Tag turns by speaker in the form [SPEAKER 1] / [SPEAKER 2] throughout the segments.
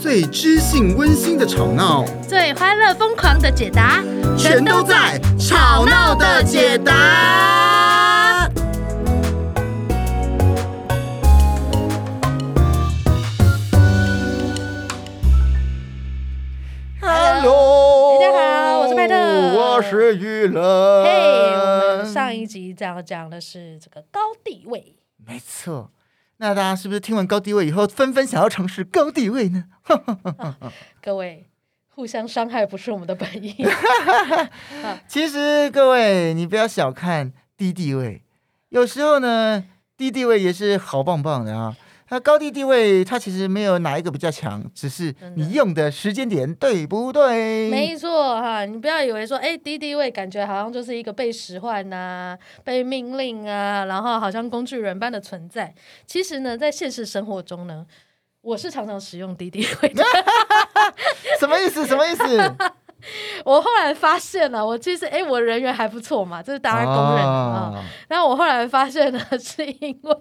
[SPEAKER 1] 最知性温馨的吵闹，
[SPEAKER 2] 最欢乐疯狂的解答，
[SPEAKER 1] 全都在《吵闹的解答》。
[SPEAKER 2] 大
[SPEAKER 3] Hello，
[SPEAKER 2] 家好我是派特
[SPEAKER 3] 我是雨人。
[SPEAKER 2] 嘿，我们上一集讲讲的是这个高地位，
[SPEAKER 3] 没错。那大家是不是听完高地位以后，纷纷想要尝试高地位呢？
[SPEAKER 2] 各位互相伤害不是我们的本意。
[SPEAKER 3] 其实各位，你不要小看低地位，有时候呢，低地位也是好棒棒的啊。它高低地位，它其实没有哪一个比较强，只是
[SPEAKER 2] 真的
[SPEAKER 3] 你用的时间点对不对？
[SPEAKER 2] 没错哈，你不要以为说，哎，低地位感觉好像就是一个被使唤呐、被命令啊，然后好像工具人般的存在。其实呢，在现实生活中呢，我是常常使用低地位的。
[SPEAKER 3] 什么意思？什么意思？
[SPEAKER 2] 我后来发现了，我其实哎，我人缘还不错嘛，这是大家公认的啊。
[SPEAKER 3] 啊
[SPEAKER 2] 然后我后来发现呢，是因为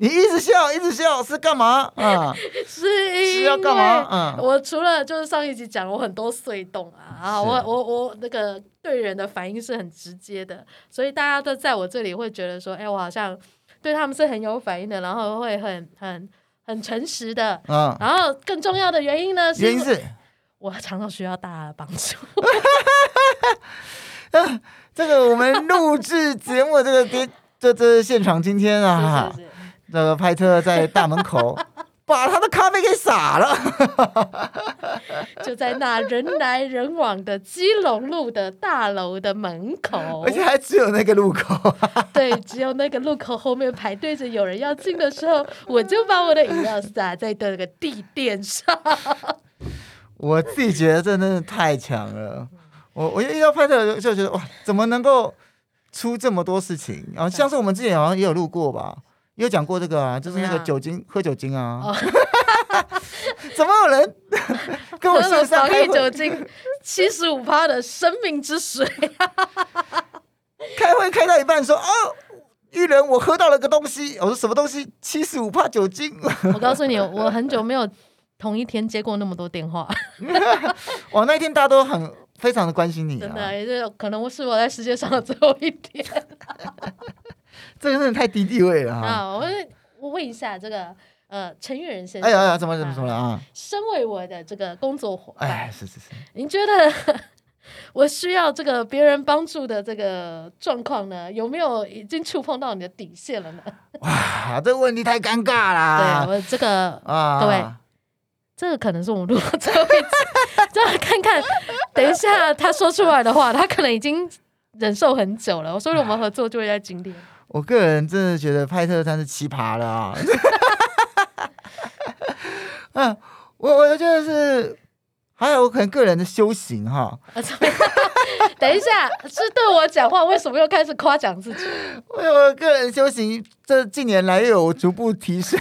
[SPEAKER 3] 你一直笑，一直笑是干嘛啊？
[SPEAKER 2] 是因为
[SPEAKER 3] 是要干嘛？啊？
[SPEAKER 2] 我除了就是上一集讲我很多碎洞啊，啊，
[SPEAKER 3] 是
[SPEAKER 2] 我我我那个对人的反应是很直接的，所以大家都在我这里会觉得说，哎、我好像对他们是很有反应的，然后会很很很诚实的。
[SPEAKER 3] 啊，
[SPEAKER 2] 然后更重要的原因呢， 是
[SPEAKER 3] 原
[SPEAKER 2] 因
[SPEAKER 3] 因
[SPEAKER 2] 为
[SPEAKER 3] 是
[SPEAKER 2] 我常常需要大家的帮助。
[SPEAKER 3] 这个我们录制节目这个 这这这现场今天啊，
[SPEAKER 2] 是是是
[SPEAKER 3] 这个派特在大门口 把他的咖啡给洒了，
[SPEAKER 2] 就在那人来人往的基隆路的大楼的门口
[SPEAKER 3] 啊而，且还只有那个路口。
[SPEAKER 2] 对，只有那个路口后面排队着有人要进的时候，我就把我的饮料洒在那个地垫上。
[SPEAKER 3] 我自己觉得这真的太强了，我我一到派特就觉得哇，怎么能够出这么多事情？然、后像是我们之前好像也有录过吧，也有讲过这个啊，就是那
[SPEAKER 2] 怎么
[SPEAKER 3] 个
[SPEAKER 2] 样
[SPEAKER 3] 酒精喝酒精啊
[SPEAKER 2] 哦，
[SPEAKER 3] 怎么有人 跟我
[SPEAKER 2] 喝了
[SPEAKER 3] 线上
[SPEAKER 2] 防
[SPEAKER 3] 开
[SPEAKER 2] 疫酒
[SPEAKER 3] 会
[SPEAKER 2] 精七十五趴的生命之水，
[SPEAKER 3] 开会开到一半说哦，玉人我喝到了个东西，我说什么东西？七十五帕酒精，
[SPEAKER 2] 我告诉你，我很久没有同一天接过那么多电话，
[SPEAKER 3] 哇，那一天大家都很非常的关心你
[SPEAKER 2] 真的，
[SPEAKER 3] 啊，
[SPEAKER 2] 也就是可能我是我在世界上的最后一天
[SPEAKER 3] 这个真的太低地位了 啊！
[SPEAKER 2] 啊！我我问一下这个呃陈玉仁先生，
[SPEAKER 3] 哎呀哎呀，怎么怎么怎么了
[SPEAKER 2] 啊
[SPEAKER 3] 啊？
[SPEAKER 2] 身为我的这个工作伙伴，
[SPEAKER 3] 哎，是是是。
[SPEAKER 2] 你觉得 我需要这个别人帮助的这个状况呢，有没有已经触碰到你的底线了呢？
[SPEAKER 3] 啊，这个问题太尴尬啦！
[SPEAKER 2] 对我这个
[SPEAKER 3] 啊，
[SPEAKER 2] 各位这个可能是我们录到最后 一集，就要看看，等一下他说出来的话，他可能已经忍受很久了。所以我们合作就会在经历。
[SPEAKER 3] 我个人真的觉得派特山是奇葩了啊！ 嗯、我我觉得是，还有我可能个人的修行哈，
[SPEAKER 2] 啊怎么样 等一下是对我讲话，为什么又开始夸奖自己？
[SPEAKER 3] 我我个人修行这近年来有逐步提升。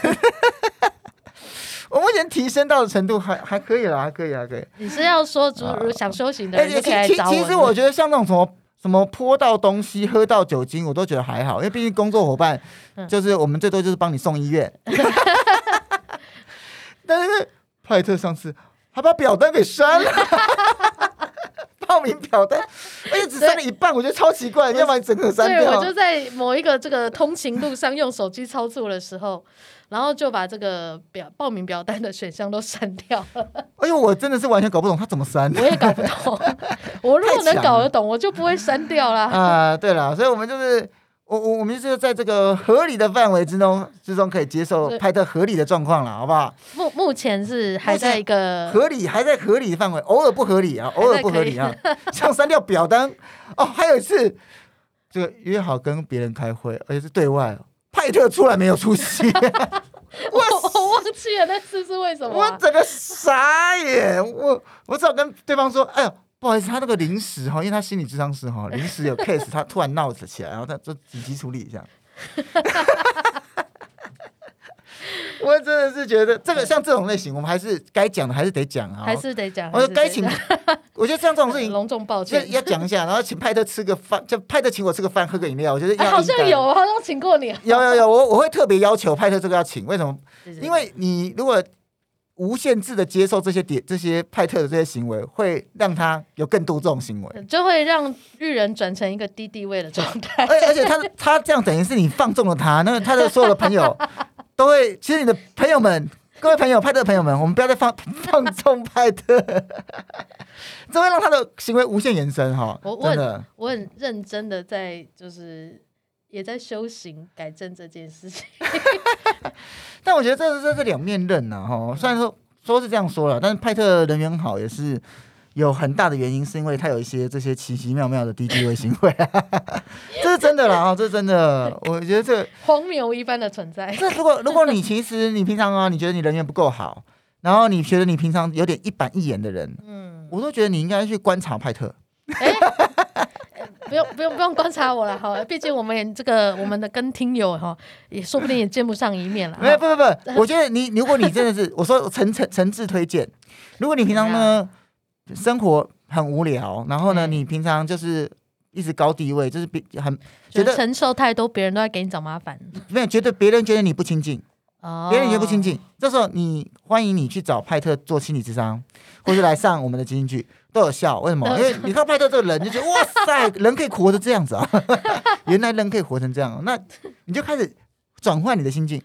[SPEAKER 3] 我目前提升到的程度还还可以啦，还可以，还可以。
[SPEAKER 2] 你是要说，如如想修行的
[SPEAKER 3] 而
[SPEAKER 2] 人
[SPEAKER 3] 且
[SPEAKER 2] 就可以
[SPEAKER 3] 啊哎其
[SPEAKER 2] 来
[SPEAKER 3] 其
[SPEAKER 2] 找我？
[SPEAKER 3] 其实我觉得像那种什么什么泼到东西、喝到酒精，我都觉得还好，因为毕竟工作伙伴
[SPEAKER 2] 嗯
[SPEAKER 3] 就是我们最多就是帮你送医院。 但是派特上次他把表单给删了。 报名表单，而且只删了一半，我觉得超奇怪，要把你整个删
[SPEAKER 2] 对，
[SPEAKER 3] 掉
[SPEAKER 2] 我。就在某一个这个通勤路上用手机操作的时候， 然后就把这个表报名表单的选项都删掉 了。
[SPEAKER 3] 哎呦，我真的是完全搞不懂他怎么删的
[SPEAKER 2] 我也搞不 懂，我如果能搞得懂，我就不会删掉啦。
[SPEAKER 3] 啊、对了，所以我们就是我我我们就是在这个合理的范围之中之中可以接受
[SPEAKER 2] 对
[SPEAKER 3] 派特合理的状况了，好不好？
[SPEAKER 2] 目目前是还在一个
[SPEAKER 3] 合理还在合理的范围，偶尔不合理啊，
[SPEAKER 2] 在
[SPEAKER 3] 偶尔不合理啊。像删掉表单哦，还有一次，这个约好跟别人开会，而且是对外哦，派特出来没有出席，
[SPEAKER 2] 我我忘记了那次是为什么
[SPEAKER 3] 我
[SPEAKER 2] 啊、
[SPEAKER 3] 整个傻眼，我我只好跟对方说，哎呦。不好意思，他那个临时哈，因为他心理智商师哈，临时有 case，他突然闹着起来，然后他就紧急处理一下。我真的是觉得这个像这种类型，我们还是该讲的还是得讲啊。
[SPEAKER 2] 还是得讲，
[SPEAKER 3] 我
[SPEAKER 2] 还
[SPEAKER 3] 说
[SPEAKER 2] 是得
[SPEAKER 3] 该请
[SPEAKER 2] 讲，
[SPEAKER 3] 我觉得像这 种事情
[SPEAKER 2] 隆重抱
[SPEAKER 3] 就
[SPEAKER 2] 歉。
[SPEAKER 3] 要 讲一下，然后请派特吃个饭，就派特请我吃个饭，喝个饮料，我觉得
[SPEAKER 2] 哎，
[SPEAKER 3] 要
[SPEAKER 2] 好
[SPEAKER 3] 应
[SPEAKER 2] 像
[SPEAKER 3] 该
[SPEAKER 2] 有，。好像请过你。
[SPEAKER 3] 有有有，我我会特别要求派特这个要请，为什么？
[SPEAKER 2] 对对对
[SPEAKER 3] 因为你如果无限制的接受这些点、这些派特的这些行为，会让他有更多这种行为。
[SPEAKER 2] 就会让玉人转成一个低地位的状态。
[SPEAKER 3] 而而且他他这样等于是你放纵了他，那他的所有的朋 友都会，其实你的朋友们，各位朋友，派特的朋友们，我们不要再放放纵派特， 这会让他的行为无限延伸哈
[SPEAKER 2] 我，我
[SPEAKER 3] 真
[SPEAKER 2] 很
[SPEAKER 3] 的。
[SPEAKER 2] 我很认真的在就是也在修行改正这件事情。
[SPEAKER 3] 但我觉得这这是两面刃呐、哈，虽然说说是这样说了，但是派特人缘好也是。有很大的原因是因为他有一些这些奇奇妙妙的低地位行为、啊，这是真的啦，哦，这是真的。我觉得这
[SPEAKER 2] 荒谬一般的存在。
[SPEAKER 3] 这如果如果你其实你平常啊，你觉得你人缘不够好，然后你觉得你平常有点一板一眼的人，
[SPEAKER 2] 嗯，
[SPEAKER 3] 我都觉得你应该去观察派特。
[SPEAKER 2] 不用不用不用观察我了哈，毕竟我们也这个我们的跟听友哈，也说不定也见不上一面了。
[SPEAKER 3] 没有，
[SPEAKER 2] 哈
[SPEAKER 3] 不不不，我觉得你如果你真的 是，我说诚诚诚挚推荐，如果你平常呢生活很无聊，然后呢
[SPEAKER 2] 嗯
[SPEAKER 3] 你平常就是一直高地位，就是比很觉
[SPEAKER 2] 觉得
[SPEAKER 3] 得
[SPEAKER 2] 承受太多，别人都在给你找麻烦。
[SPEAKER 3] 没有觉得别人觉得你不亲近，
[SPEAKER 2] 哦，
[SPEAKER 3] 别人觉得不亲近，这时候你欢迎你去找派特做心理智商，或者来上我们的基因剧。都有效，为什么？因为你看派特这个人，就觉 得哇塞，人可以活成这样子啊！ 原来人可以活成这样，啊那你就开始转换你的心境。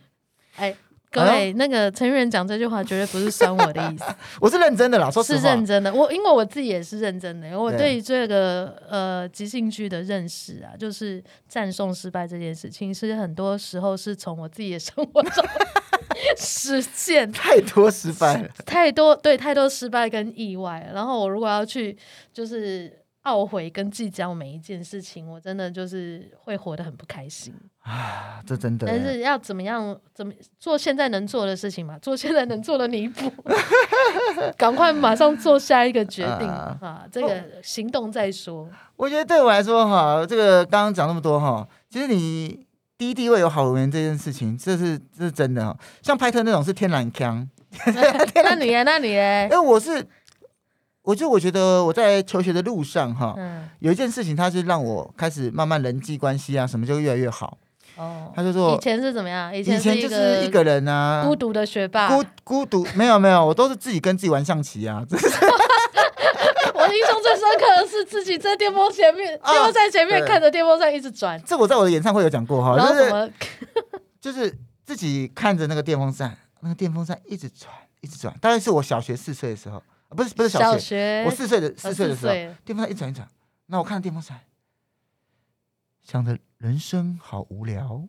[SPEAKER 2] 哎。各位，那个陈玉仁讲这句话绝对不是酸我的意思，
[SPEAKER 3] 我是认真的啦，说实
[SPEAKER 2] 是
[SPEAKER 3] 话，
[SPEAKER 2] 认真的。我因为我自己也是认真的，我
[SPEAKER 3] 对
[SPEAKER 2] 对于这个呃即兴剧的认识啊，就是赞颂失败这件事情，是很多时候是从我自己的生活中 实践
[SPEAKER 3] 太多失败了。
[SPEAKER 2] 太多 对太多失败跟意外了，然后我如果要去就是懊悔跟计较每一件事情，我真的就是会活得很不开心。
[SPEAKER 3] 啊，这真的欸。
[SPEAKER 2] 但是要怎么样，怎么做现在能做的事情嘛， 做现在能做的弥补， 赶快马上做下一个决定
[SPEAKER 3] 啊
[SPEAKER 2] 啊！这个行动 再说，
[SPEAKER 3] 我觉得对我来说哈，这个刚刚讲那么多哈，其实你低地位有好人缘这件事情，这是这是真的哈。像派特那种是天然腔，
[SPEAKER 2] 那你耶，那你耶
[SPEAKER 3] 因，为我是，我就我觉得我在求学的路上哈，
[SPEAKER 2] 嗯，
[SPEAKER 3] 有一件事情，它是让我开始慢慢人际关系啊什么就越来越好。
[SPEAKER 2] 哦，
[SPEAKER 3] 他就说
[SPEAKER 2] 以前是怎么样？以
[SPEAKER 3] 以前就
[SPEAKER 2] 是
[SPEAKER 3] 是一个人啊，
[SPEAKER 2] 孤独的学霸，
[SPEAKER 3] 孤孤独，没有没有，我都是自己跟自己玩象棋啊， 这是
[SPEAKER 2] 我印象最深刻的是自己在电风前面，
[SPEAKER 3] 啊
[SPEAKER 2] 电风扇前面
[SPEAKER 3] 对
[SPEAKER 2] 看着电风扇一直转，
[SPEAKER 3] 这我在我的演唱会有讲过哈，
[SPEAKER 2] 然后
[SPEAKER 3] 就
[SPEAKER 2] 什
[SPEAKER 3] 是
[SPEAKER 2] 么
[SPEAKER 3] 就是自己看着那个电风扇，那个电风扇一直转，一直转。当然是我小学四岁的时候，啊不是不是小学，
[SPEAKER 2] 学哦
[SPEAKER 3] 我四岁的四岁的时候，
[SPEAKER 2] 候，
[SPEAKER 3] 电风扇一转一转。那我看着电风扇，想着人生好无聊。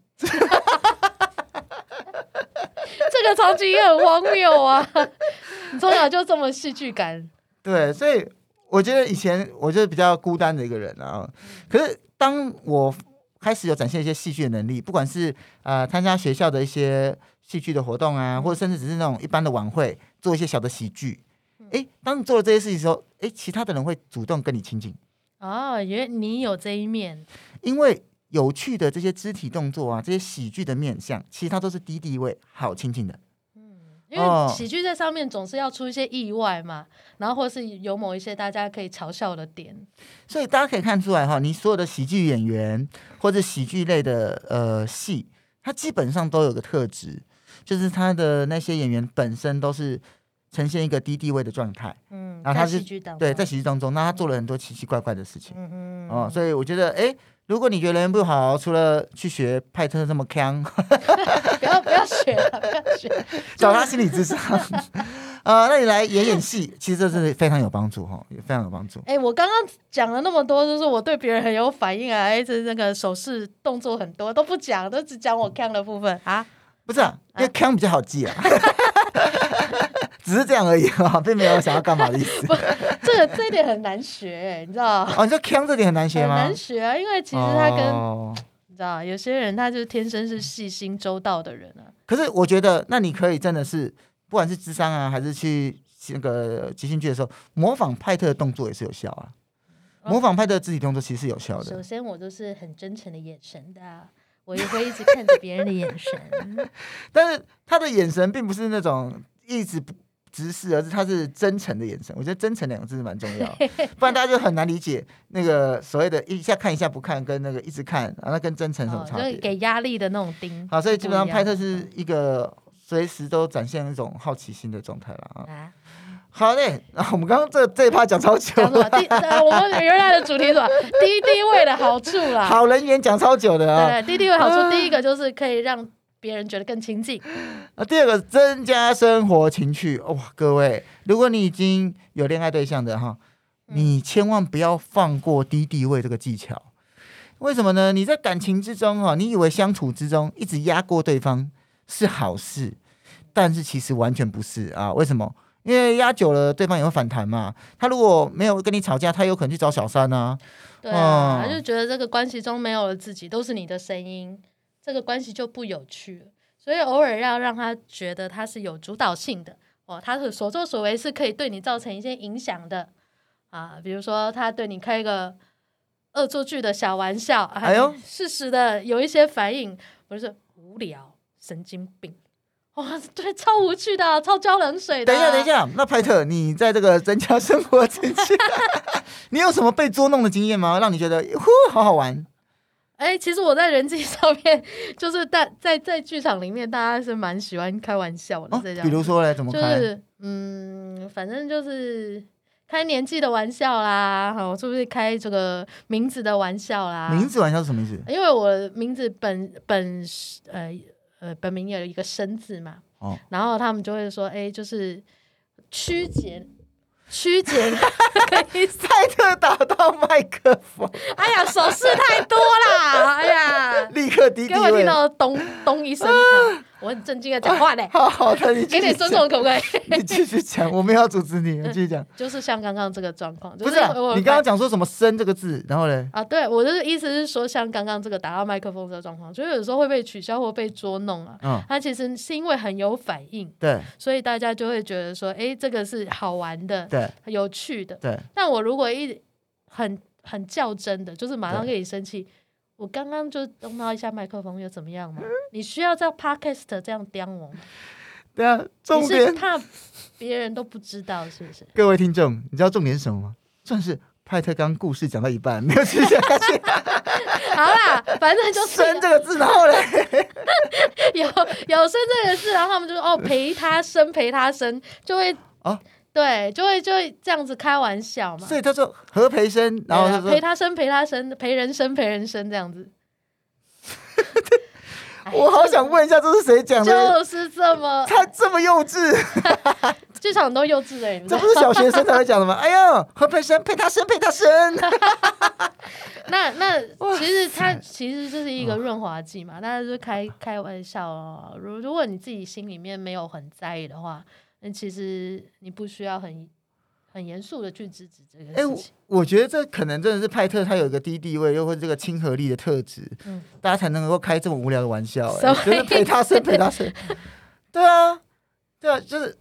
[SPEAKER 2] 这个场景也很荒谬啊！ 你从小就这么戏剧感，
[SPEAKER 3] 对，所以我觉得以前我就是比较孤单的一个人啊。可是当我开始有展现一些戏剧的能力，不管是呃参加学校的一些戏剧的活动啊，或者甚至只是那种一般的晚会，做一些小的喜剧。诶，当你做了这些事情的时候，诶，其他的人会主动跟你亲近，
[SPEAKER 2] 哦，原来你有这一面，
[SPEAKER 3] 因为有趣的这些肢体动作啊，这些喜剧的面相，其实它都是低地位好亲近的。
[SPEAKER 2] 因
[SPEAKER 3] 哦
[SPEAKER 2] 为喜剧在上面总是要出一些意外嘛，然后或是有某一些大家可以嘲笑的点，
[SPEAKER 3] 所以大家可以看出来哈，你所有的喜剧演员或者喜剧类的呃戏，它基本上都有个特质，就是他的那些演员本身都是呈现一个低地位的状态。
[SPEAKER 2] 嗯，
[SPEAKER 3] 啊
[SPEAKER 2] 在
[SPEAKER 3] 他是
[SPEAKER 2] 戏剧当中，
[SPEAKER 3] 对，在喜剧当中，那他做了很多奇奇怪怪的事情
[SPEAKER 2] 嗯嗯
[SPEAKER 3] 哦、所以我觉得，诶，如果你觉得人不好，除了去学派特这么强，
[SPEAKER 2] 不要不要学啊了，不要学，
[SPEAKER 3] 找他心理智商，呃，那你来演演戏，其实这是非常有帮助哈，也非常有帮助。
[SPEAKER 2] 哎、我刚刚讲了那么多，就是我对别人很有反应啊，哎、这那个手势动作很多都不讲，都只讲我看的部分啊。
[SPEAKER 3] 不是啊，因为 can 比较好记啊， 只是这样而已啊，并没有想要干嘛的意 思。
[SPEAKER 2] 这个这一点很难学、哎，你知道？
[SPEAKER 3] 哦，你说 can 这点很难学
[SPEAKER 2] 很
[SPEAKER 3] 吗？
[SPEAKER 2] 难学啊，因为其实他跟、
[SPEAKER 3] 哦
[SPEAKER 2] 你知道，有些人他就是天生是细心周到的人啊。
[SPEAKER 3] 可是我觉得，那你可以真的是，不管是智商啊，还是去那个即兴剧的时候，模仿派特的动作也是有效啊。
[SPEAKER 2] 哦
[SPEAKER 3] 模仿派特的肢体动作其实是有效
[SPEAKER 2] 首
[SPEAKER 3] 的。
[SPEAKER 2] 先，我就是很真诚的眼神的啊、我也会一直看着别人的眼 神。
[SPEAKER 3] 但是他的眼神并不是那种一直不直视，而是他是真诚的眼神。我觉得“真诚”两个字是蛮重要 的，不然大家就很难理解那个所谓的一下看一下不看，跟那个一直看，啊，那跟真诚有什么
[SPEAKER 2] 哦，
[SPEAKER 3] 差
[SPEAKER 2] 就是
[SPEAKER 3] 别？
[SPEAKER 2] 给压力的那种钉。
[SPEAKER 3] 好，所以基本上
[SPEAKER 2] 不一样
[SPEAKER 3] 派特是一个随时都展现一种好奇心的状态啦。啊
[SPEAKER 2] 啊，
[SPEAKER 3] 好嘞，那我们刚刚这这一趴讲超久
[SPEAKER 2] 讲什么
[SPEAKER 3] 了，
[SPEAKER 2] 第、呃我们原来的主题是什么？第一地位的好处啦，
[SPEAKER 3] 好人缘讲超久的啊。
[SPEAKER 2] 对，第一地位好处，
[SPEAKER 3] 啊
[SPEAKER 2] 第一个就是可以让别人觉得更亲近，
[SPEAKER 3] 那第二个，增加生活情趣。哇，各位，如果你已经有恋爱对象的哈，
[SPEAKER 2] 嗯
[SPEAKER 3] 你千万不要放过低地位这个技巧。为什么呢？你在感情之中哈，你以为相处之中一直压过对方是好事，但是其实完全不是啊。为什么？因为压久了，对方也会反弹嘛。他如果没有跟你吵架，他有可能去找小三啊。
[SPEAKER 2] 对啊，
[SPEAKER 3] 嗯
[SPEAKER 2] 就觉得这个关系中没有了自己，都是你的声音，这个关系就不有趣了。所以偶尔要让他觉得他是有主导性的哦，他的所作所为是可以对你造成一些影响的啊，比如说他对你开一个恶作剧的小玩笑，啊
[SPEAKER 3] 哎 呦
[SPEAKER 2] 适时的有一些反应，不是无聊、神经病，哇、对，超无趣的啊、超浇冷水的
[SPEAKER 3] 等一
[SPEAKER 2] 啊、
[SPEAKER 3] 下，等一下，那派特，你在这个增加生活情 趣，你有什么被捉弄的经验吗？让你觉得呼好好玩？
[SPEAKER 2] 哎、其实我在人际 上面，就是大在在剧场里面，大家是蛮喜欢开玩笑的，
[SPEAKER 3] 哦
[SPEAKER 2] 这样、
[SPEAKER 3] 比如说嘞，怎么
[SPEAKER 2] 就
[SPEAKER 3] 开？
[SPEAKER 2] 是嗯，反正就是开年纪的玩笑啦，好，是不是开这个名字的玩笑啦？
[SPEAKER 3] 名字玩笑是什么意思？
[SPEAKER 2] 因为我名字本本呃呃本名有一个“生”字嘛，
[SPEAKER 3] 哦
[SPEAKER 2] 然后他们就会说，哎、就是曲解曲解
[SPEAKER 3] 派特打到麦克风，
[SPEAKER 2] 哎呀，手势太多啦，哎呀。
[SPEAKER 3] 立刻低地
[SPEAKER 2] 给我听
[SPEAKER 3] 位。
[SPEAKER 2] 到咚咚一声，啊我很震惊的 讲话嘞，
[SPEAKER 3] 好好的，你继
[SPEAKER 2] 给
[SPEAKER 3] 续
[SPEAKER 2] 点尊重可不可以？
[SPEAKER 3] 讲，你继续讲，我没有要阻止你，你继续讲。
[SPEAKER 2] 就是像刚刚这个状况，就
[SPEAKER 3] 不是啊、
[SPEAKER 2] 我
[SPEAKER 3] 你刚刚讲说什么“生”这个字，然后嘞，
[SPEAKER 2] 啊，对我就是意思是说，像刚刚这个打到麦克风这个状况，就是有时候会被取消或被捉弄啊。
[SPEAKER 3] 嗯，
[SPEAKER 2] 它其实是因为很有反应，
[SPEAKER 3] 对
[SPEAKER 2] 所以大家就会觉得说，哎，这个是好玩的、
[SPEAKER 3] 对
[SPEAKER 2] 有趣的。
[SPEAKER 3] 对，
[SPEAKER 2] 但我如果一很很较真的，就是马上跟你生气，我刚刚就动到一下麦克风又怎么样嘛？你需要在 podcast 这样刁我吗？
[SPEAKER 3] 对啊，重
[SPEAKER 2] 你是
[SPEAKER 3] 点
[SPEAKER 2] 怕别人都不知道是不是？
[SPEAKER 3] 各位听众，你知道重点是什么吗？算是派特刚故事讲到一半，没有继续下去。
[SPEAKER 2] 好啦，反正就是
[SPEAKER 3] 生这个字，然后嘞，
[SPEAKER 2] 有有生这个事，然后他们就说哦陪他生陪他生，就会
[SPEAKER 3] 啊
[SPEAKER 2] 对，就会就会这样子开玩笑嘛。
[SPEAKER 3] 所以他说何培生，然后
[SPEAKER 2] 对
[SPEAKER 3] 他
[SPEAKER 2] 啊陪
[SPEAKER 3] 说
[SPEAKER 2] 他生陪他生陪人生陪人生这样子。哎
[SPEAKER 3] 我好想问一下，这是谁讲的？
[SPEAKER 2] 就是这么
[SPEAKER 3] 他这么幼稚，
[SPEAKER 2] 剧场都幼稚的，你知
[SPEAKER 3] 这
[SPEAKER 2] 道
[SPEAKER 3] 不是小学生才会讲的吗？哎 呀，何培生，陪他生，陪他生。
[SPEAKER 2] 那那其实它其实就是一
[SPEAKER 3] 哦
[SPEAKER 2] 个润滑剂嘛，大家就开开玩笑哦。如如果你自己心里面没有很在意的话，那其实你不需要很很严肃的去制止这
[SPEAKER 3] 哎、
[SPEAKER 2] 个事
[SPEAKER 3] 我
[SPEAKER 2] 情。
[SPEAKER 3] 我觉得这可能真的是派特他有一个低地位，又或者这个亲和力的特质，
[SPEAKER 2] 嗯
[SPEAKER 3] 大家才能够开这么无聊的玩笑、
[SPEAKER 2] 什
[SPEAKER 3] 哎
[SPEAKER 2] 么
[SPEAKER 3] 就是陪他生，陪他生。对啊，对啊，就是，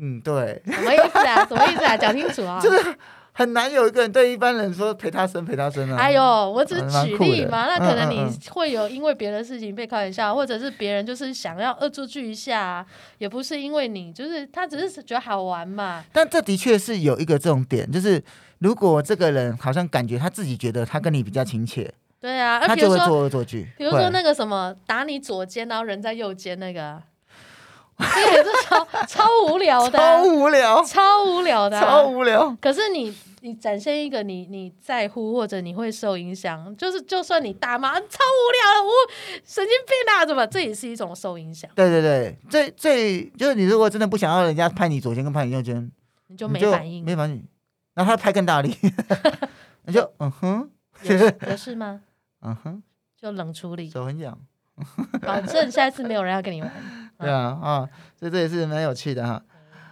[SPEAKER 3] 嗯，对，
[SPEAKER 2] 什么意思啊？什么意思啊？讲清楚 啊！
[SPEAKER 3] 就是很难有一个人对一般人说陪他生，陪他生啊。
[SPEAKER 2] 哎呦，我只
[SPEAKER 3] 蛮
[SPEAKER 2] 举
[SPEAKER 3] 酷的
[SPEAKER 2] 例嘛，那可能
[SPEAKER 3] 嗯嗯
[SPEAKER 2] 你会有因为别的事情被开玩笑，或者是别人就是想要恶作剧一下啊，也不是因为你，就是他只是觉得好玩嘛。
[SPEAKER 3] 但这的确是有一个这种点，就是如果这个人好像感觉他自己觉得他跟你比较亲切，
[SPEAKER 2] 对啊，啊，
[SPEAKER 3] 他
[SPEAKER 2] 比如
[SPEAKER 3] 就会
[SPEAKER 2] 说，
[SPEAKER 3] 做恶作剧。
[SPEAKER 2] 比如说
[SPEAKER 3] 会
[SPEAKER 2] 那个什么打你左肩，然后人在右肩那个啊，这也是超超无聊的啊
[SPEAKER 3] 超，无聊，
[SPEAKER 2] 超无聊的啊，
[SPEAKER 3] 超无聊。
[SPEAKER 2] 可是你你展现一个你你在乎或者你会受影响，就是就算你大骂啊超无聊了，我神经病啊，怎么这也是一种受影响，
[SPEAKER 3] 对对对，最最就是你如果真的不想要人家拍你左肩跟拍你右肩，
[SPEAKER 2] 你就
[SPEAKER 3] 你
[SPEAKER 2] 没反应。
[SPEAKER 3] 没反应，然后他拍更大 力，你就嗯哼，
[SPEAKER 2] 有事有事吗？
[SPEAKER 3] 嗯哼，
[SPEAKER 2] 就冷处理，
[SPEAKER 3] 手很痒，
[SPEAKER 2] 保证下一次没有人要跟你玩。
[SPEAKER 3] 对啊啊，所以这也是蛮有趣的哈。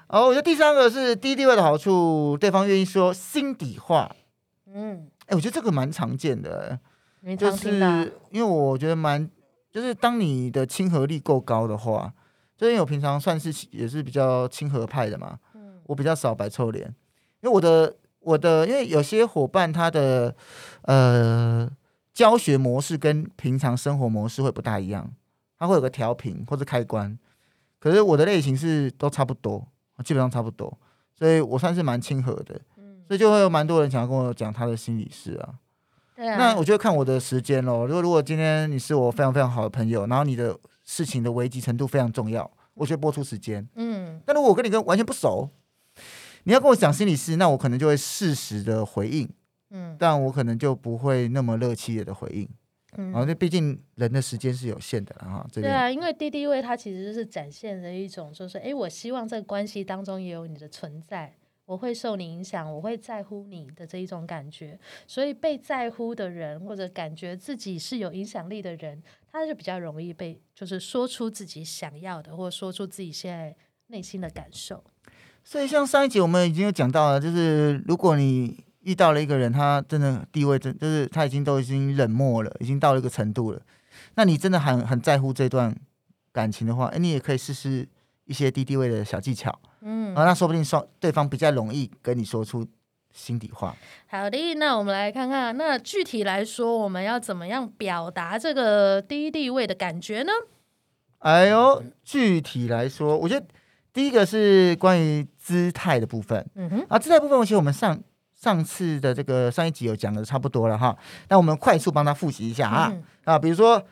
[SPEAKER 3] 哦，我觉得第三个是低地位的好处，对方愿意说心底话。
[SPEAKER 2] 嗯，
[SPEAKER 3] 哎，我觉得这个蛮常见的、
[SPEAKER 2] 你
[SPEAKER 3] 就
[SPEAKER 2] 常
[SPEAKER 3] 是
[SPEAKER 2] 听到啊，
[SPEAKER 3] 因为我觉得蛮，就是当你的亲和力够高的话，就因为我平常算是也是比较亲和派的嘛，
[SPEAKER 2] 嗯
[SPEAKER 3] 我比较少白臭脸，因为我的我的因为有些伙伴他的呃教学模式跟平常生活模式会不大一样，他会有个调频或者开关，可是我的类型是都差不多，基本上差不多，所以我算是蛮亲和的，
[SPEAKER 2] 嗯，
[SPEAKER 3] 所以就会有蛮多人想要跟我讲他的心里事啊。
[SPEAKER 2] 对啊，
[SPEAKER 3] 那我就会看我的时间咯。如果如果今天你是我非常非常好的朋友，然后你的事情的危机程度非常重要，我就播出时间。
[SPEAKER 2] 嗯
[SPEAKER 3] 但如果我跟你跟完全不熟，你要跟我讲心理师，那我可能就会适时的回应，
[SPEAKER 2] 嗯
[SPEAKER 3] 但我可能就不会那么热切的回应。然后，
[SPEAKER 2] 嗯，
[SPEAKER 3] 这毕竟人的时间是有限的啦哈，这
[SPEAKER 2] 对
[SPEAKER 3] 边
[SPEAKER 2] 啊，因为第一位它其实是展现了一种，就是诶，我希望这个关系当中也有你的存在，我会受你影响，我会在乎你的这一种感觉。所以被在乎的人，或者感觉自己是有影响力的人，他就比较容易被，就是说出自己想要的，或说出自己现在内心的感受。
[SPEAKER 3] 所以像上一集我们已经有讲到了，就是如果你遇到了一个人，他真的地位真就是他已经都已经冷漠了，已经到了一个程度了，那你真的很很在乎这段感情的话，哎，你也可以试试一些低地位的小技巧
[SPEAKER 2] 嗯
[SPEAKER 3] 啊，那说不定双对方比较容易跟你说出心底话。
[SPEAKER 2] 好的，那我们来看看，那具体来说，我们要怎么样表达这个低地位的感觉呢？
[SPEAKER 3] 哎呦，具体来说，我觉得第一个是关于姿态的部分
[SPEAKER 2] 嗯哼，
[SPEAKER 3] 啊，姿态部分，其实我们上上次的这个上一集有讲的差不多了哈，那我们快速帮他复习一下啊、
[SPEAKER 2] 嗯
[SPEAKER 3] 啊，比如说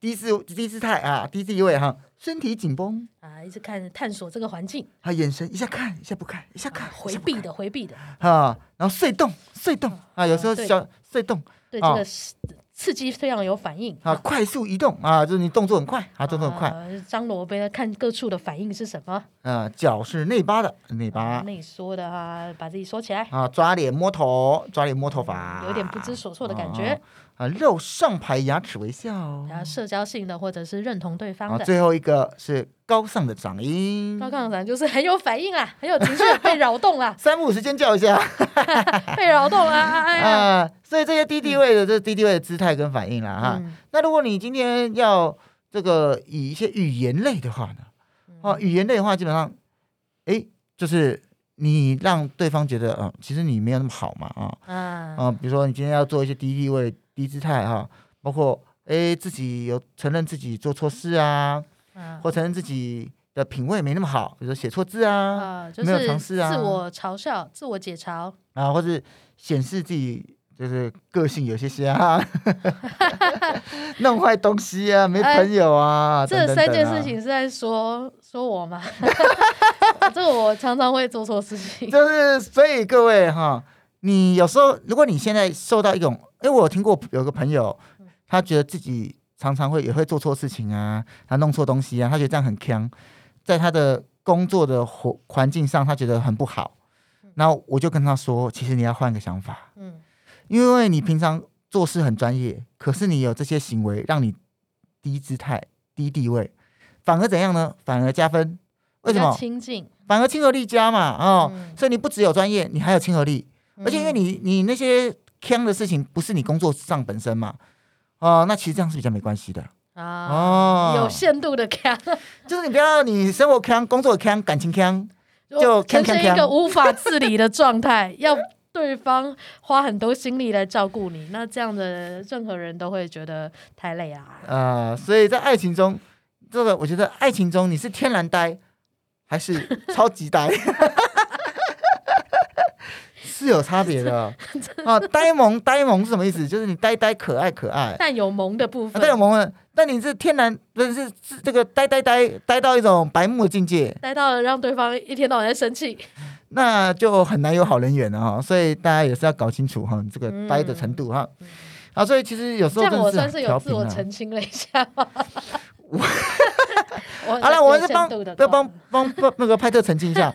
[SPEAKER 3] 低姿低姿态啊，低姿一位哈，身体紧绷
[SPEAKER 2] 啊，一直看探索这个环境，
[SPEAKER 3] 啊，眼神一下看一下不看，一下看
[SPEAKER 2] 啊回避的，回避的，
[SPEAKER 3] 啊，然后隧洞隧洞啊，有时候
[SPEAKER 2] 嗯对
[SPEAKER 3] 小隧洞
[SPEAKER 2] 对
[SPEAKER 3] 啊
[SPEAKER 2] 这个是刺激非常有反应。
[SPEAKER 3] 啊，快速移动啊，就是你动作很快啊，动作很快
[SPEAKER 2] 啊，张罗呗，看各处的反应是什么，
[SPEAKER 3] 啊，脚是内八的内
[SPEAKER 2] 啊
[SPEAKER 3] 八
[SPEAKER 2] 内缩的啊，把自己缩起来，
[SPEAKER 3] 啊，抓脸摸头，抓脸摸头发，
[SPEAKER 2] 嗯有点不知所措的感觉
[SPEAKER 3] 啊。啊，露上排牙齿微笑。
[SPEAKER 2] 然后社交性的或者是认同对
[SPEAKER 3] 然后
[SPEAKER 2] 方的，
[SPEAKER 3] 最后一个是高尚的掌音
[SPEAKER 2] 高，亢咱就是很有反应啊，很有情绪，被扰动啦，
[SPEAKER 3] 三不五时尖叫一下
[SPEAKER 2] 被扰动啦，哎呀，
[SPEAKER 3] 啊！所以这些低地位的，这低地位的姿态跟反应啦哈。
[SPEAKER 2] 嗯
[SPEAKER 3] 那如果你今天要这个以一些语言类的话呢，
[SPEAKER 2] 嗯
[SPEAKER 3] 哦，语言类的话基本上，哎，就是你让对方觉得，嗯，其实你没有那么好嘛啊，
[SPEAKER 2] 啊，
[SPEAKER 3] 啊，比如说你今天要做一些低地位、低姿态哈、包括诶自己有承认自己做错事啊，
[SPEAKER 2] 啊
[SPEAKER 3] 或承认自己的品味没那么好，比如说写错字啊，
[SPEAKER 2] 啊，就
[SPEAKER 3] 没有
[SPEAKER 2] 是
[SPEAKER 3] 尝试啊
[SPEAKER 2] 自我嘲笑、自我解嘲，
[SPEAKER 3] 啊，或是显示自己就是个性有些些 啊，弄坏东西啊，没朋友啊，等
[SPEAKER 2] 呃这
[SPEAKER 3] 等
[SPEAKER 2] 三
[SPEAKER 3] 等
[SPEAKER 2] 件
[SPEAKER 3] 啊
[SPEAKER 2] 事。情是在说说我吗？ 这个我常常会做错事情。
[SPEAKER 3] 就是，所以各位哈，你有时候，如果你现在受到一种，哎，我有听过有个朋友，他觉得自己常常会也会做错事情啊，他弄错东西啊，他觉得这样很坑，在他的工作的环环境上，他觉得很不好。然后我就跟他说，其实你要换个想法，
[SPEAKER 2] 嗯
[SPEAKER 3] 因为你平常做事很专业，可是你有这些行为，让你低姿态、低地位，反而怎样呢？反而加分。为什
[SPEAKER 2] 比较
[SPEAKER 3] 么？
[SPEAKER 2] 亲近？
[SPEAKER 3] 反而亲和力加嘛，哦，
[SPEAKER 2] 嗯
[SPEAKER 3] 所以你不只有专业，你还有亲和力，而且因为你你那些坑的事情不是你工作上本身嘛，哦，那其实这样是比较没关系的
[SPEAKER 2] 嗯啊，
[SPEAKER 3] 哦，
[SPEAKER 2] 有限度的看，
[SPEAKER 3] 就是你不要你生活坑、工作坑、感情坑， 就
[SPEAKER 2] 呈
[SPEAKER 3] 看看
[SPEAKER 2] 现一
[SPEAKER 3] 看
[SPEAKER 2] 个无法自理的状态，要对方花很多心力来照顾你，那这样的任何人都会觉得太累啊。
[SPEAKER 3] 呃，所以在爱情中，这个我觉得爱情中你是天然呆还是超级呆， 是有差别的啊。呆萌呆萌是什么意思？就是你呆呆可爱可爱，
[SPEAKER 2] 但有萌的部
[SPEAKER 3] 啊，
[SPEAKER 2] 分
[SPEAKER 3] 对，，我们，但你是天然不是是是这个呆呆呆呆到一种白目的境界，
[SPEAKER 2] 待到了让对方一天到晚在生气，
[SPEAKER 3] 那就很难有好人缘了哈。所以大家也是要搞清楚哈，你这个呆的程度哈。啊，所以其实有时
[SPEAKER 2] 嗯这
[SPEAKER 3] 候
[SPEAKER 2] 样
[SPEAKER 3] 真
[SPEAKER 2] 我
[SPEAKER 3] 的
[SPEAKER 2] 算
[SPEAKER 3] 是
[SPEAKER 2] 是
[SPEAKER 3] 很
[SPEAKER 2] 有
[SPEAKER 3] 调
[SPEAKER 2] 自
[SPEAKER 3] 皮
[SPEAKER 2] 我
[SPEAKER 3] 啊。
[SPEAKER 2] 澄清了一下吗？ 我
[SPEAKER 3] 好了，我们是
[SPEAKER 2] 有
[SPEAKER 3] 帮
[SPEAKER 2] 限度地
[SPEAKER 3] 要
[SPEAKER 2] 告
[SPEAKER 3] 帮帮帮那个派特澄清一 下，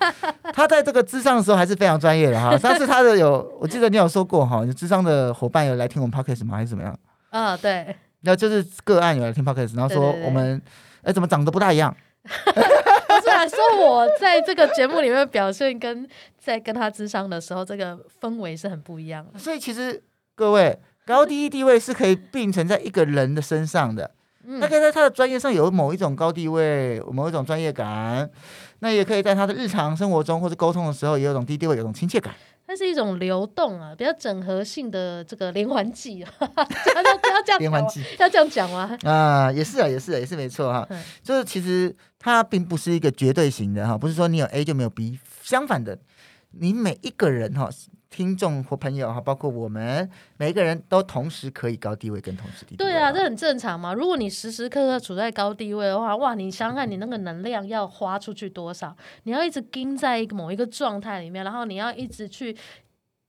[SPEAKER 3] 他在这个智商的时候还是非常专业的哈。上次他的有，我记得你有说过哈，你智商的伙伴有来听我们 podcast 吗？还是怎么样？
[SPEAKER 2] 啊，对，
[SPEAKER 3] 那就是个案有来听 podcast，然后说
[SPEAKER 2] 对对对
[SPEAKER 3] 我们哎怎么长得不大一样？
[SPEAKER 2] 不是啊，说我在这个节目里面表现跟在跟他智商的时候，这个氛围是很不一样的。
[SPEAKER 3] 所以其实各位，高低地位是可以并存在一个人的身上的。
[SPEAKER 2] 嗯
[SPEAKER 3] 他可以在他的专业上有某一种高地位，某一种专业感，那也可以在他的日常生活中或者沟通的时候，也有一种低地位，有一种亲切感。
[SPEAKER 2] 它是一种流动啊，比较整合性的这个连环计啊， 要要要这样
[SPEAKER 3] 连
[SPEAKER 2] 讲
[SPEAKER 3] 环
[SPEAKER 2] 吗
[SPEAKER 3] 计
[SPEAKER 2] 要这样讲吗？
[SPEAKER 3] 啊、也是啊，也是啊，也是没错哈、
[SPEAKER 2] 嗯
[SPEAKER 3] 就是其实它并不是一个绝对型的哈，不是说你有 A 就没有 B，相反的，你每一个人哈、听众或朋友哈，包括我们每一个人都同时可以高低位跟同时低位。
[SPEAKER 2] 对啊，这很正常嘛。如果你时时刻刻处在高地位的话，哇，你想想看，你那个能量要花出去多少？你要一直盯在一个某一个状态里面，然后你要一直去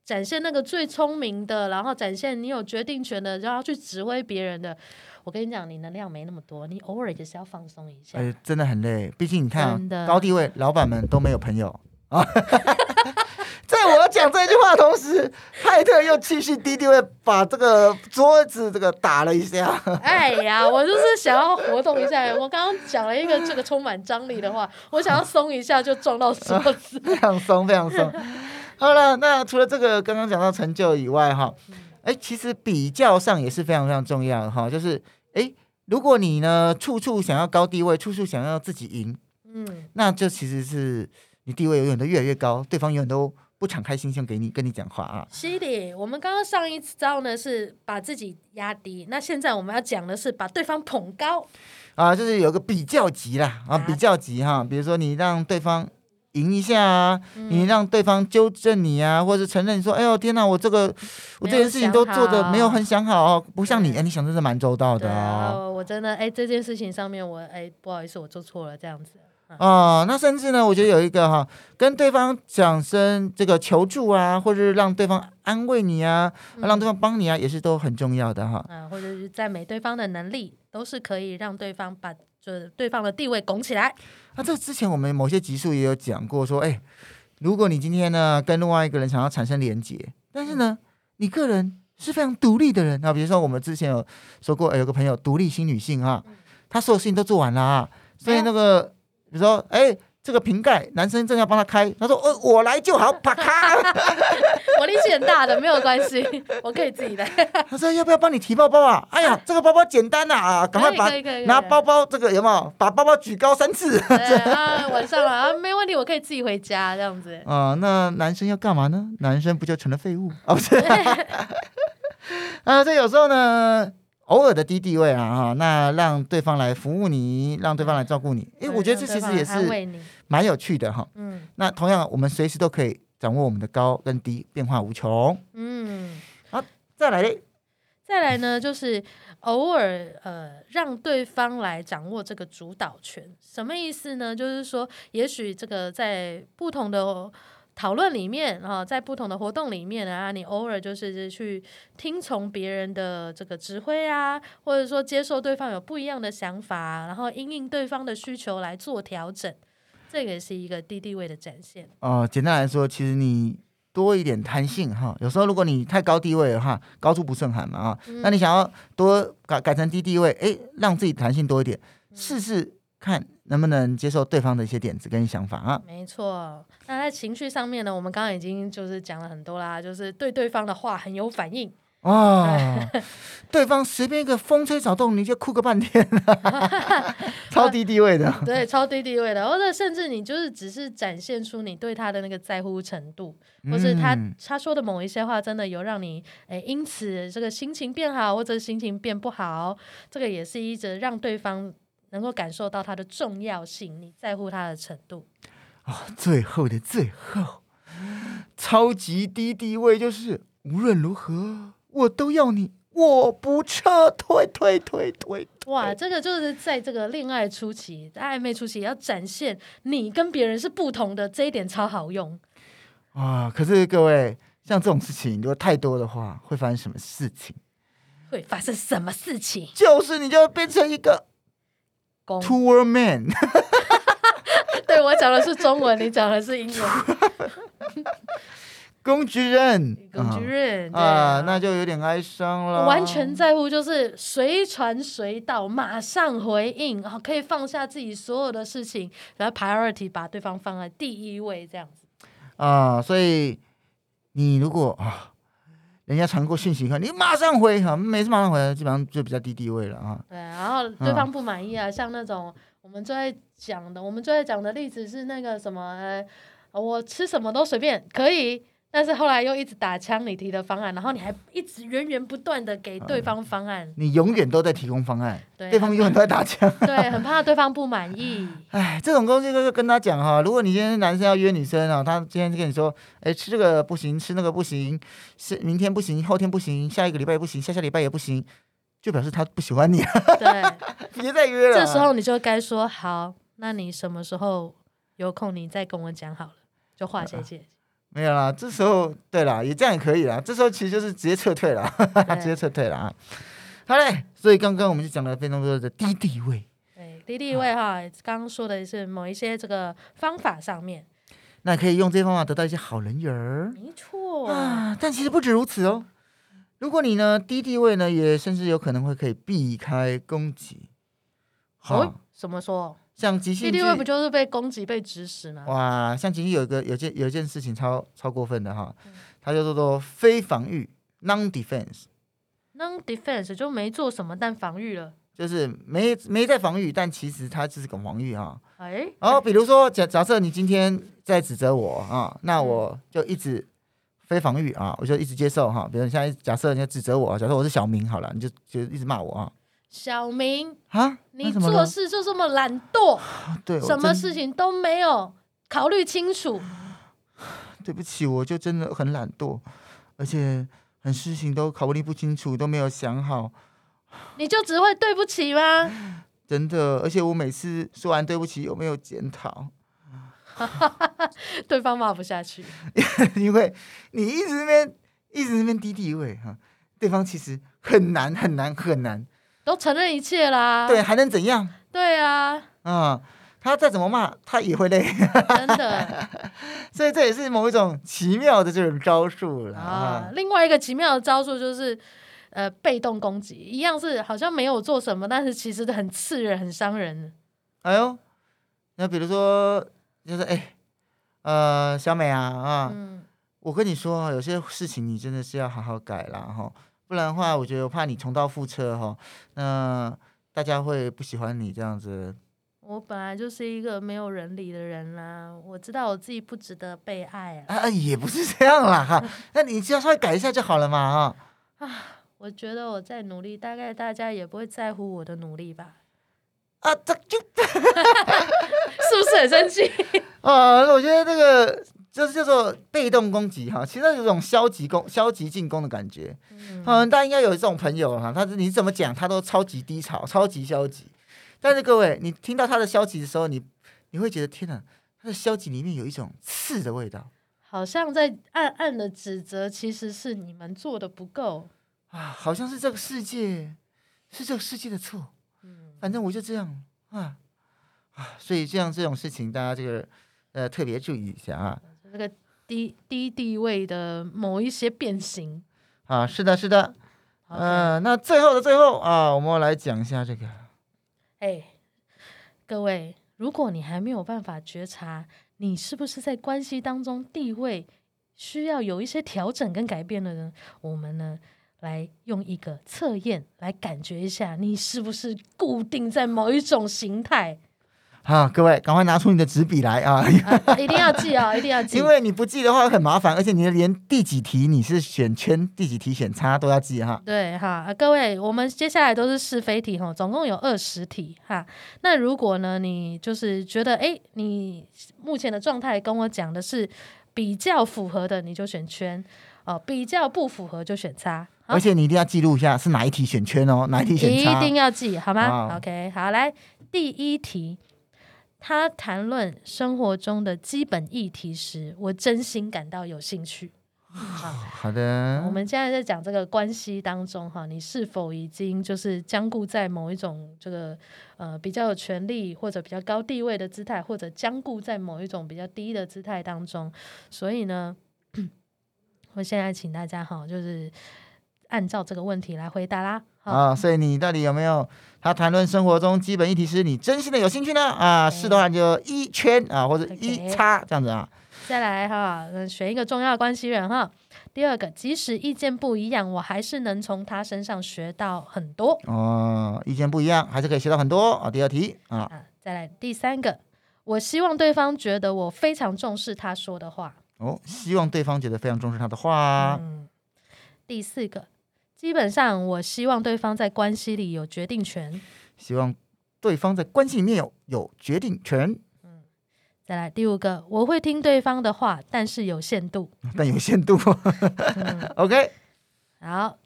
[SPEAKER 2] 展现那个最聪明的，然后展现你有决定权的，然后去指挥别人的。我跟你讲，你能量没那么多，你偶尔也是要放松一下。
[SPEAKER 3] 哎，真的很累，毕竟你看、
[SPEAKER 2] 真的
[SPEAKER 3] 啊、高地位老板们都没有朋友啊。在我要讲这句话的同时，派特又继续低地位把这个桌子这个打了一下。
[SPEAKER 2] 哎呀，我就是想要活动一下。我刚刚讲了一个这个充满张力的话，我想要松一下就撞到桌子。
[SPEAKER 3] 非常松，非常松。好了，那除了这个刚刚讲到成就以外，哈，哎，其实比较上也是非常非常重要的哈，就是哎，如果你呢处处想要高地位，处处想要自己赢，
[SPEAKER 2] 嗯，
[SPEAKER 3] 那就其实是你地位永远都越来越高，对方永远都不敞开心胸给你跟你讲话啊。
[SPEAKER 2] 是的，我们刚刚上一招呢是把自己压低，那现在我们要讲的是把对方捧高。
[SPEAKER 3] 啊，就是有个比较级啦，啊，
[SPEAKER 2] 啊
[SPEAKER 3] 比较级哈，比如说你让对方赢一下啊，
[SPEAKER 2] 嗯
[SPEAKER 3] 你让对方纠正你啊，或者承认说，哎呦天哪，我这个我
[SPEAKER 2] 没
[SPEAKER 3] 这
[SPEAKER 2] 有
[SPEAKER 3] 件事情都
[SPEAKER 2] 想
[SPEAKER 3] 做的没有
[SPEAKER 2] 好
[SPEAKER 3] 很想好哦，不像你，
[SPEAKER 2] 对
[SPEAKER 3] 哎，你想真的蛮周到的
[SPEAKER 2] 对啊，
[SPEAKER 3] 哦。
[SPEAKER 2] 我我真的哎、这件事情上面我哎、不好意思，我做错了这样子。
[SPEAKER 3] 哦，那甚至呢，我觉得有一个哈，跟对方讲声这个求助啊，或者是让对方安慰你啊，
[SPEAKER 2] 嗯
[SPEAKER 3] 让对方帮你啊，也是都很重要的哈。
[SPEAKER 2] 啊，或者是赞美对方的能力，都是可以让对方把就是对方的地位拱起来。
[SPEAKER 3] 那这之前我们某些集数也有讲过说，哎，如果你今天呢跟另外一个人想要产生连结，但是
[SPEAKER 2] 嗯
[SPEAKER 3] 呢，你个人是非常独立的人啊，比如说我们之前有说过，哎，有个朋友独立新女性啊，
[SPEAKER 2] 嗯
[SPEAKER 3] 她所有事情都做完了啊，所以那个比如说，哎。这个瓶盖，男生正要帮她开，她说：“呃，我来就好。”啪 咔，
[SPEAKER 2] 我力气很大的，没有关 系，我可以自己来。
[SPEAKER 3] 她说：“要不要帮你提包包啊？”哎呀，这个包包简单呐、啊，赶快把
[SPEAKER 2] 可以可以可以
[SPEAKER 3] 拿包包这个有没有？把包包举高三次。
[SPEAKER 2] 对啊，晚上了啊，没问题，我可以自己回家这样子。
[SPEAKER 3] 啊、那男生要干嘛呢？男生不就成了废 物啊？
[SPEAKER 2] 哦
[SPEAKER 3] 不 是，啊，这有时候呢，偶尔的低地位啊，哈，那让对方来服务你，让对方来照顾你，诶，
[SPEAKER 2] 对
[SPEAKER 3] 我觉得这其实
[SPEAKER 2] 让对方
[SPEAKER 3] 也
[SPEAKER 2] 安
[SPEAKER 3] 是
[SPEAKER 2] 慰你，
[SPEAKER 3] 蛮有趣的哈。
[SPEAKER 2] 嗯
[SPEAKER 3] 那同样，我们随时都可以掌握我们的高跟低，变化无穷。
[SPEAKER 2] 嗯。
[SPEAKER 3] 再来嘞，
[SPEAKER 2] 再来呢，就是偶尔呃，让对方来掌握这个主导权，什么意思呢？就是说，也许这个在不同的讨论里面啊、在不同的活动里面啊，你偶尔就是去听从别人的这个指挥啊，或者说接受对方有不一样的想法，然后因应对方的需求来做调整，这个也是一个低地位的展现。
[SPEAKER 3] 哦，简单来说，其实你多一点弹性哈。有时候如果你太高地位的话，高处不胜寒嘛啊。那你想要多改改成低地位，诶，让自己弹性多一点，试试看能不能接受对方的一些点子跟想法 啊。
[SPEAKER 2] 没错，那在情绪上面呢，我们刚刚已经就是讲了很多啦，就是对对方的话很有反应，
[SPEAKER 3] 哦，对方随便一个风吹草动，你就哭个半天，超低地位的。
[SPEAKER 2] 对，超低地位的，或者甚至你就是只是展现出你对他的那个在乎程度，或是他、
[SPEAKER 3] 嗯
[SPEAKER 2] 他说的某一些话，真的有让你诶因此这个心情变好，或者心情变不好，这个也是一直让对方能够感受到他的重要性，你在乎他的程度。
[SPEAKER 3] 最后的最后，超级低地位就是无论如何我都要你，我不撤退，退退退。
[SPEAKER 2] 哇，这个就是在这个恋爱初期、暧昧初期要展现你跟别人是不同的，这一点超好用。
[SPEAKER 3] 啊！可是各位，像这种事情如果太多的话，会发生什么事情？
[SPEAKER 2] 会发生什么事情？
[SPEAKER 3] 就是你就会变成一个
[SPEAKER 2] 公，
[SPEAKER 3] tour man，
[SPEAKER 2] 对我讲的是中文，你讲的是英文，
[SPEAKER 3] 工具人，
[SPEAKER 2] 工具人
[SPEAKER 3] 啊
[SPEAKER 2] 对啊
[SPEAKER 3] 啊，那就有点哀伤了。
[SPEAKER 2] 完全在乎就是随传随到，马上回应，然后可以放下自己所有的事情，然后 priority 把对方放在第一位，这样子。
[SPEAKER 3] 啊，所以你如果啊，人家传过讯息以后，你马上回啊，每次马上回，基本上就比较低地位了啊。
[SPEAKER 2] 对，然后对方不满意啊，像那种我们最爱呃讲的，我们最爱讲的例子是那个什么，呃，我吃什么都随便可以。但是后来又一直打枪你提的方案，然后你还一直源源不断的给对方方案，
[SPEAKER 3] 你永远都在提供方案，嗯
[SPEAKER 2] 对啊
[SPEAKER 3] 对方永远都在打枪。
[SPEAKER 2] 对，很怕对方不满 意。
[SPEAKER 3] 哎，这种东西就是跟他讲哈，如果你今天男生要约女生啊，他今天就跟你说，哎，吃这个不行，吃那个不行，是明天不行，后天不行，下一个礼拜也不行，下下礼拜也不行，就表示他不喜欢你，
[SPEAKER 2] 对，
[SPEAKER 3] 别再约了。
[SPEAKER 2] 这时候你就该说好，那你什么时候有空你再跟我讲好了，就
[SPEAKER 3] 嗯
[SPEAKER 2] 划界界。
[SPEAKER 3] 没有啦，这时候对啦，也这样也可以啦。这时候其实就是直接撤退啦，
[SPEAKER 2] 对
[SPEAKER 3] 直接撤退啦啊。好嘞，所以刚刚我们就讲了非常多的低地位，
[SPEAKER 2] 对，第一位哈，哎刚刚说的是某一些这个方法上面，
[SPEAKER 3] 那可以用这方法得到一些好人缘儿。
[SPEAKER 2] 没错，
[SPEAKER 3] 啊，但其实不止如此哦。如果你呢低地位呢，也甚至有可能会可以避开攻击。好、
[SPEAKER 2] 哦，怎么说？
[SPEAKER 3] 像即兴
[SPEAKER 2] 第一位不
[SPEAKER 3] 剧，
[SPEAKER 2] 就是被攻击、被指使吗？
[SPEAKER 3] 哇，像即兴有一个有件有一件事情超超过分的哈，
[SPEAKER 2] 嗯
[SPEAKER 3] 它叫做非防御 （non defense），
[SPEAKER 2] non defense 就没做什么，但防御了。
[SPEAKER 3] 就是没没在防御，但其实它就是个防御哈。
[SPEAKER 2] 哎，
[SPEAKER 3] 然后比如说假假设你今天在指责我啊，那我就一直非防御啊，我就一直接受哈。比如你现在假设人家指责我，假设我是小明好了，你就就一直骂我啊。
[SPEAKER 2] 小明，
[SPEAKER 3] 啊，那
[SPEAKER 2] 你
[SPEAKER 3] 怎么
[SPEAKER 2] 做
[SPEAKER 3] 了
[SPEAKER 2] 事就这么懒惰，
[SPEAKER 3] 对我
[SPEAKER 2] 什么
[SPEAKER 3] 真
[SPEAKER 2] 事情都没有考虑清楚。
[SPEAKER 3] 对不起，我就真的很懒惰，而且很事情都考虑不清楚，都没有想好，
[SPEAKER 2] 你就只会对不起吗？
[SPEAKER 3] 真的。而且我每次说完对不起，有没有检讨？
[SPEAKER 2] 对方骂不下去，
[SPEAKER 3] 因为你一直那边一直那边低地位哈，对方其实很难很难很难，
[SPEAKER 2] 都承认一切啦。
[SPEAKER 3] 对，还能怎样
[SPEAKER 2] 对啊，
[SPEAKER 3] 啊？他再怎么骂，他也会累，
[SPEAKER 2] 真 的啊
[SPEAKER 3] 所以这也是某一种奇妙的这种招数了
[SPEAKER 2] 啊
[SPEAKER 3] 啊。。
[SPEAKER 2] 另外一个奇妙的招数就是，呃，被动攻击，一样是好像没有做什么，但是其实很刺人、很伤人。
[SPEAKER 3] 哎呦，那比如说就是哎，呃，小美啊啊，
[SPEAKER 2] 嗯，
[SPEAKER 3] 我跟你说啊，有些事情你真的是要好好改啦哈，不然的话，我觉得我怕你重蹈覆辙哈，那大家会不喜欢你这样子。
[SPEAKER 2] 我本来就是一个没有人理的人啦、我知道我自己不值得被爱啊。
[SPEAKER 3] 啊，啊也不是这样啦哈，那你只要稍微改一下就好了嘛啊。
[SPEAKER 2] 我觉得我在努力，大概大家也不会在乎我的努力吧？
[SPEAKER 3] 啊，这就
[SPEAKER 2] 是不是很生气？
[SPEAKER 3] 啊，我觉得这个就是叫做被动攻击哈，其实有种消极攻、消极进攻的感觉。
[SPEAKER 2] 嗯
[SPEAKER 3] 嗯，大家应该有这种朋友哈，他是你怎么讲他都超级低潮、超级消极。但是各位，你听到他的消极的时候，你你会觉得天哪，他的消极里面有一种刺的味道
[SPEAKER 2] 好像在暗暗的指责，其实是你们做的不够。
[SPEAKER 3] 啊，好像是这个世界是这个世界的错，
[SPEAKER 2] 嗯，
[SPEAKER 3] 反正我就这样啊啊，所以这样这种事情，大家这个呃特别注意一下啊
[SPEAKER 2] 这个低低地位的某一些变形。
[SPEAKER 3] 啊，是的，是的，
[SPEAKER 2] 好哎、
[SPEAKER 3] 嗯，那最后的最后啊，我们来讲一下这个
[SPEAKER 2] 哎各位，如果你还没有办法觉察，你是不是在关系当中地位需要有一些调整跟改变的呢？我们呢？来用一个测验来感觉一下，你是不是固定在某一种形态？
[SPEAKER 3] 啊，各位赶快拿出你的纸笔来啊，
[SPEAKER 2] 啊、一定要记啊、一定要记，
[SPEAKER 3] 因为你不记的话很麻烦，而且你连第几题你是选圈、第几题选叉都要记哈。
[SPEAKER 2] 对哈、啊各位，我们接下来都是是非题哈，总共有二十题哈。那如果呢，你就是觉得诶，你目前的状态跟我讲的是比较符合的，你就选圈哦、比较不符合就选叉。好
[SPEAKER 3] 而且你一定要记录一下是哪一题选圈哦，哪一题选
[SPEAKER 2] 一
[SPEAKER 3] 叉。啊
[SPEAKER 2] 定要记好吗
[SPEAKER 3] 好
[SPEAKER 2] o k 好，来第一题，他谈论生活中的基本议题时，我真心感到有兴趣。
[SPEAKER 3] 好的，
[SPEAKER 2] 我们现在在讲这个关系当中哈，你是否已经就是僵固在某一种这个呃比较有权力或者比较高地位的姿态，或者僵固在某一种比较低的姿态当中？所以呢， 我现在请大家哈，就是按照这个问题来回答啦。好，
[SPEAKER 3] 啊，所以你到底有没有他谈论生活中基本议题时，你真心的有兴趣呢？啊，是的话你就一圈啊，或者一
[SPEAKER 2] OK
[SPEAKER 3] 叉这样子啊。
[SPEAKER 2] 再来哈，嗯选一个重要的关系人哈。第二个，即使意见不一样，我还是能从他身上学到很多。
[SPEAKER 3] 哦，意见不一样，还是可以学到很多啊。第二题啊，
[SPEAKER 2] 嗯啊，再来第三个，我希望对方觉得我非常重视他说的话。
[SPEAKER 3] 哦，希望对方觉得非常重视他的话啊。
[SPEAKER 2] 嗯，第四个，基本上我希望对方在关系里有决定权。
[SPEAKER 3] 希望对方在关系里面有有决定 权，
[SPEAKER 2] 再来第五个，我会听对方的话，但是有限度。
[SPEAKER 3] 但有限度。
[SPEAKER 2] 嗯
[SPEAKER 3] OK，
[SPEAKER 2] 好，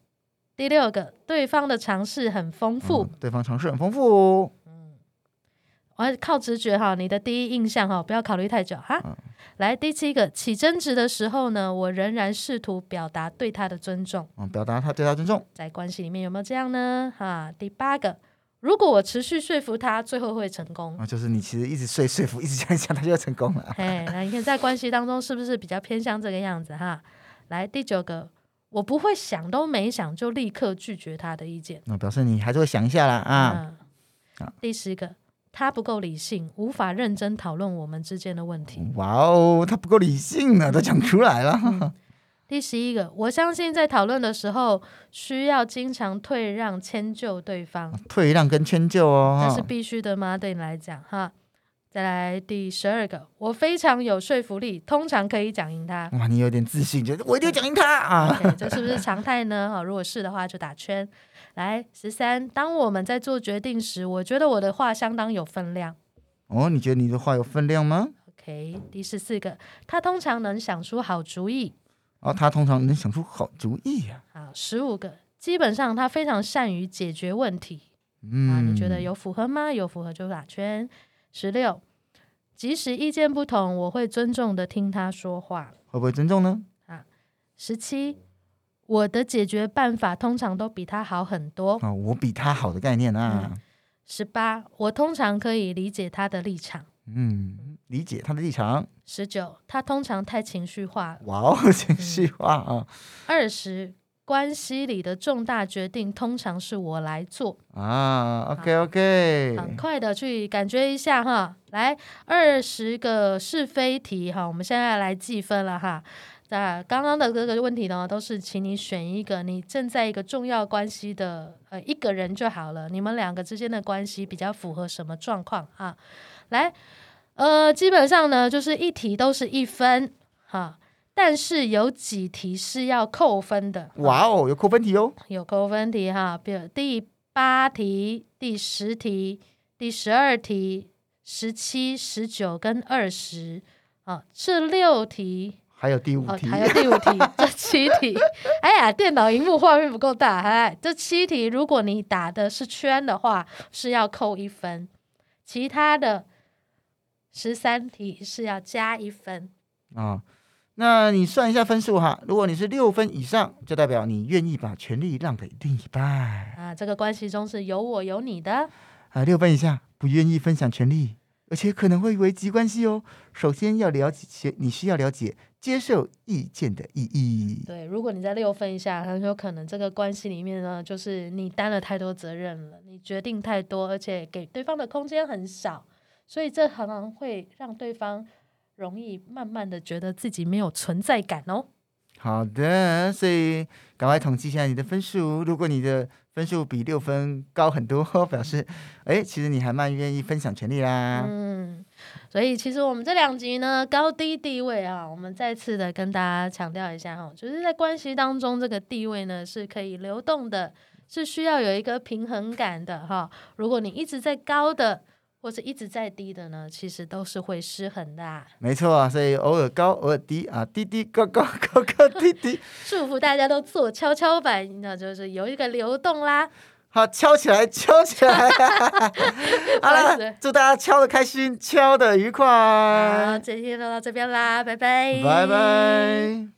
[SPEAKER 2] 第六个，对方的尝试很丰富，
[SPEAKER 3] 嗯对方尝试很丰富哦，
[SPEAKER 2] 我要靠直觉哈，你的第一印象哈，不要考虑太久哈。
[SPEAKER 3] 嗯
[SPEAKER 2] 来第七个，起争执的时候呢，我仍然试图表达对他的尊重，
[SPEAKER 3] 嗯，表达他对他尊重，
[SPEAKER 2] 在关系里面有没有这样呢？哈，第八个，如果我持续说服他，最后会成功。
[SPEAKER 3] 啊，就是你其实一直说说服，一直讲讲，他就成功了。
[SPEAKER 2] 哎，那你看在关系当中是不是比较偏向这个样子哈？来第九个，我不会想都没想就立刻拒绝他的意见
[SPEAKER 3] 那嗯表示你还是会想一下啦啊，
[SPEAKER 2] 嗯第十个，他不够理性，无法认真讨论我们之间的问题。
[SPEAKER 3] 哇哦，他不够理性呢，都讲出来了。
[SPEAKER 2] 第十一个，我相信在讨论的时候需要经常退让、迁就对方，
[SPEAKER 3] 退让跟迁就哦，
[SPEAKER 2] 那
[SPEAKER 3] 哈
[SPEAKER 2] 是必须的吗？对你来讲，哈。再来第十二个，我非常有说服力，通常可以讲赢他。
[SPEAKER 3] 哇，你有点自信，觉得我一定要讲赢他啊。
[SPEAKER 2] 对，这是不是常态呢？哈，如果是的话，就打圈。来，十三，当我们在做决定时，我觉得我的话相当有分量。
[SPEAKER 3] 哦，你觉得你的话有分量吗？
[SPEAKER 2] OK，第十四个，他通常能想出好主意。
[SPEAKER 3] 哦，他通常能想出好主意啊呀、
[SPEAKER 2] 好，十五个，基本上他非常善于解决问题。
[SPEAKER 3] 嗯、
[SPEAKER 2] 啊，你觉得有符合吗？有符合就打圈。十六，即使意见不同，我会尊重的听他说话。
[SPEAKER 3] 会不会尊重呢？
[SPEAKER 2] 十七，我的解决办法通常都比他好很多。
[SPEAKER 3] 啊、我比他好的概念
[SPEAKER 2] 嗯
[SPEAKER 3] 啊，
[SPEAKER 2] 十八，我通常可以理解他的立场。
[SPEAKER 3] 嗯理解他的立场。
[SPEAKER 2] 十九，他通常太情绪化了。
[SPEAKER 3] 哇哦，情绪
[SPEAKER 2] 嗯
[SPEAKER 3] 化啊
[SPEAKER 2] 二十，关系里的重大决定通常是我来做。
[SPEAKER 3] 啊！OK OK，
[SPEAKER 2] 很快的去感觉一下哈。来，二十个是非题哈，我们现在来计分了哈。那刚刚的这个问题呢，都是请你选一个你正在一个重要关系的呃一个人就好了，你们两个之间的关系比较符合什么状况啊？来，呃，基本上呢就是一题都是一分哈，但是有几题是要扣分的。
[SPEAKER 3] 哇哦，有扣分题哦。
[SPEAKER 2] 有扣分题哈，比如第八题、第十题、第十二题、十七、十九跟二十啊，这六题
[SPEAKER 3] 还有第五
[SPEAKER 2] 哦，
[SPEAKER 3] 题，
[SPEAKER 2] 还有第五题， 这七题，哎呀，电脑荧幕画面不够大，哎，这七题如果你打的是圈的话，是要扣一分，其他的十三题是要加一分。
[SPEAKER 3] 啊。那你算一下分数哈，如果你是六分以上，就代表你愿意把权利让给另一半
[SPEAKER 2] 啊，这个关系中是有我有你的，
[SPEAKER 3] 啊；六分以下，不愿意分享权利，而且可能会危及关系哦。首先要了解，你需要了解接受意见的意义。
[SPEAKER 2] 对，如果你在六分以下，很有可能这个关系里面呢，就是你担了太多责任了，你决定太多，而且给对方的空间很少，所以这可能会让对方容易慢慢的觉得自己没有存在感哦。
[SPEAKER 3] 好的，所以赶快统计一下你的分数。如果你的分数比六分高很多， 表示哎，其实你还蛮愿意分享权利啦。
[SPEAKER 2] 嗯，所以其实我们这两集呢，高低地位啊，我们再次的跟大家强调一下哈，就是在关系当中，这个地位呢是可以流动的，是需要有一个平衡感的哈。如果你一直在高的，或者一直在低的呢，其实都是会失衡的、啊。
[SPEAKER 3] 没错，所以偶尔高，偶尔低啊，低低高高高高低低。
[SPEAKER 2] 祝福大家都做跷跷板，那就是有一个流动啦。
[SPEAKER 3] 好，敲起来， 敲起 来！好
[SPEAKER 2] 不好
[SPEAKER 3] 了
[SPEAKER 2] 意思，
[SPEAKER 3] 祝大家敲的开心，敲的愉
[SPEAKER 2] 好，
[SPEAKER 3] 快，
[SPEAKER 2] 今天就到这边啦，拜拜，
[SPEAKER 3] 拜拜。